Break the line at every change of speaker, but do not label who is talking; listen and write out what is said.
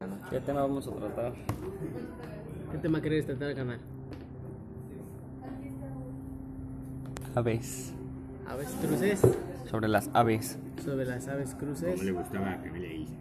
Ana, ¿Qué tema vamos a tratar?
¿Qué tema querés tratar, este canal?
Aves.
Aves cruces,
Sobre las aves.
sobre las aves cruces.
Como le gustaba que me le hice.